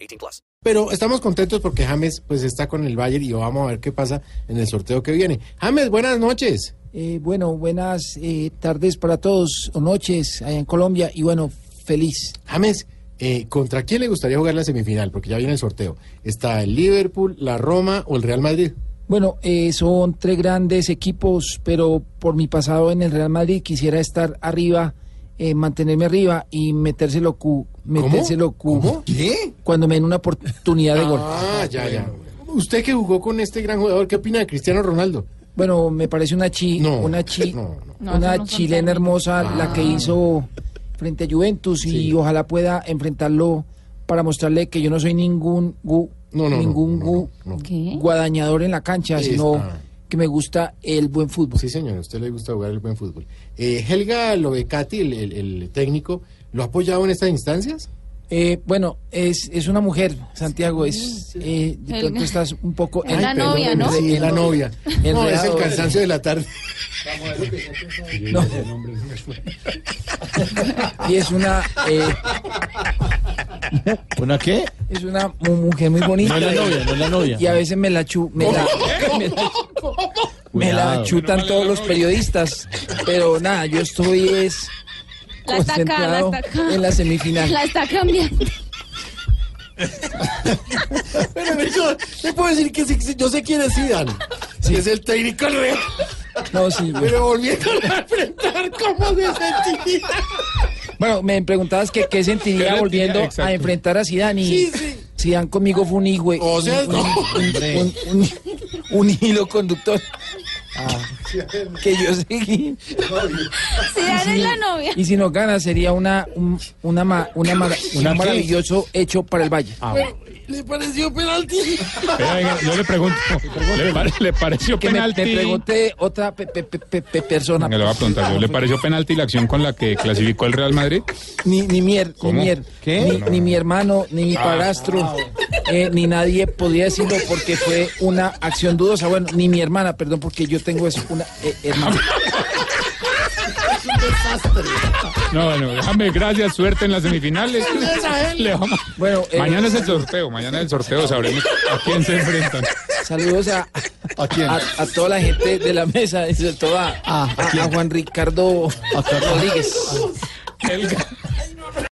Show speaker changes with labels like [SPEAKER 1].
[SPEAKER 1] 18 plus.
[SPEAKER 2] Pero estamos contentos porque James pues está con el Bayern y vamos a ver qué pasa en el sorteo que viene. James, buenas noches.
[SPEAKER 3] Eh, bueno, buenas eh, tardes para todos o noches allá en Colombia y bueno, feliz.
[SPEAKER 2] James, eh, ¿contra quién le gustaría jugar la semifinal? Porque ya viene el sorteo. ¿Está el Liverpool, la Roma o el Real Madrid?
[SPEAKER 3] Bueno, eh, son tres grandes equipos, pero por mi pasado en el Real Madrid quisiera estar arriba, eh, mantenerme arriba y metérselo Q, metérselo Q
[SPEAKER 2] ¿Qué?
[SPEAKER 3] cuando me den una oportunidad de gol.
[SPEAKER 2] Ah, ya, ya. Usted que jugó con este gran jugador, ¿qué opina de Cristiano Ronaldo?
[SPEAKER 3] Bueno, me parece una chi,
[SPEAKER 2] No,
[SPEAKER 3] una chi,
[SPEAKER 2] no, no. Ah.
[SPEAKER 3] una chilena hermosa la que hizo frente a Juventus y ojalá pueda enfrentarlo para mostrarle que yo no soy ningún gu,
[SPEAKER 2] No, no, no,
[SPEAKER 3] ningún
[SPEAKER 2] no,
[SPEAKER 3] gu-
[SPEAKER 2] no, no.
[SPEAKER 4] ¿Eh?
[SPEAKER 3] guadañador en la cancha,
[SPEAKER 2] Sí,
[SPEAKER 3] sino
[SPEAKER 2] está.
[SPEAKER 3] que me gusta el buen fútbol.
[SPEAKER 2] Sí, señor, a usted le gusta jugar el buen fútbol. Eh, Helga Lovecati, el, el- el técnico, ¿lo ha apoyado en estas instancias?
[SPEAKER 3] Eh, bueno, es, es una mujer, Santiago, es eh, de
[SPEAKER 4] Helga.
[SPEAKER 3] pronto estás un poco
[SPEAKER 4] Es la
[SPEAKER 3] Ay,
[SPEAKER 2] Perdón,
[SPEAKER 4] novia, ¿no?
[SPEAKER 2] Sí, es la novia.
[SPEAKER 3] El
[SPEAKER 2] no, es
[SPEAKER 3] Real
[SPEAKER 2] el
[SPEAKER 3] Madrid.
[SPEAKER 2] cansancio de la tarde.
[SPEAKER 3] No. Y es una. eh,
[SPEAKER 5] ¿Una qué?
[SPEAKER 3] es una mu- mujer muy
[SPEAKER 5] No
[SPEAKER 3] bonita.
[SPEAKER 5] es la novia, no es la novia.
[SPEAKER 3] Y a veces me la chu, me la, me la- me la
[SPEAKER 5] Cuidado.
[SPEAKER 3] chutan todos los periodistas. Pero nada, yo estoy es
[SPEAKER 4] La está acá, la
[SPEAKER 3] concentrado
[SPEAKER 4] está acá.
[SPEAKER 3] en la semifinal.
[SPEAKER 4] La está cambiando.
[SPEAKER 2] Pero me dijo, le puedo decir que sí, sí, yo sé quién es Zidane. Si es el técnico real.
[SPEAKER 3] No, sí, yo-
[SPEAKER 2] Pero volviendo a enfrentar, ¿cómo se sentía?
[SPEAKER 3] Bueno, me preguntabas que qué sentiría volviendo a enfrentar a Zidane. Y
[SPEAKER 2] Sí, sí.
[SPEAKER 3] Zidane conmigo fue un hijo.
[SPEAKER 2] O sea,
[SPEAKER 3] un,
[SPEAKER 2] no,
[SPEAKER 3] un- un- un- un hilo conductor. Ah, que yo seguí.
[SPEAKER 4] Si Dan es la novia.
[SPEAKER 3] Y si nos gana sería una, un, una, ma- una, mara-
[SPEAKER 5] ¿Una
[SPEAKER 3] un
[SPEAKER 5] qué?
[SPEAKER 3] maravilloso hecho para el Valle.
[SPEAKER 6] Ah.
[SPEAKER 2] ¿Le pareció penalti?
[SPEAKER 6] Vea, venga, yo le pregunto, ¿le, pare- le pareció
[SPEAKER 3] que me,
[SPEAKER 6] penalti?
[SPEAKER 3] te pregunté otra pe- pe- pe- pe- pe- persona.
[SPEAKER 6] Me lo va a preguntar yo. ¿Le pareció penalti la acción con la que clasificó el Real Madrid?
[SPEAKER 3] Ni, ni mi, her- ni,
[SPEAKER 6] ¿Cómo?
[SPEAKER 3] mi her-
[SPEAKER 5] ¿Qué?
[SPEAKER 3] Ni, ni mi hermano, ni mi padrastro, eh, ni nadie podría decirlo porque fue una acción dudosa. Bueno, ni mi hermana, perdón, porque yo tengo es una eh, hermana.
[SPEAKER 6] No, bueno, déjame, gracias, suerte en las semifinales. Le vamos-
[SPEAKER 3] Bueno, eh,
[SPEAKER 6] mañana es el sorteo, mañana es el sorteo, sabremos a quién se enfrentan.
[SPEAKER 3] Saludos a, a, a toda la gente de la mesa, y sobre todo a, a- a Juan Ricardo Rodríguez.
[SPEAKER 6] Helga.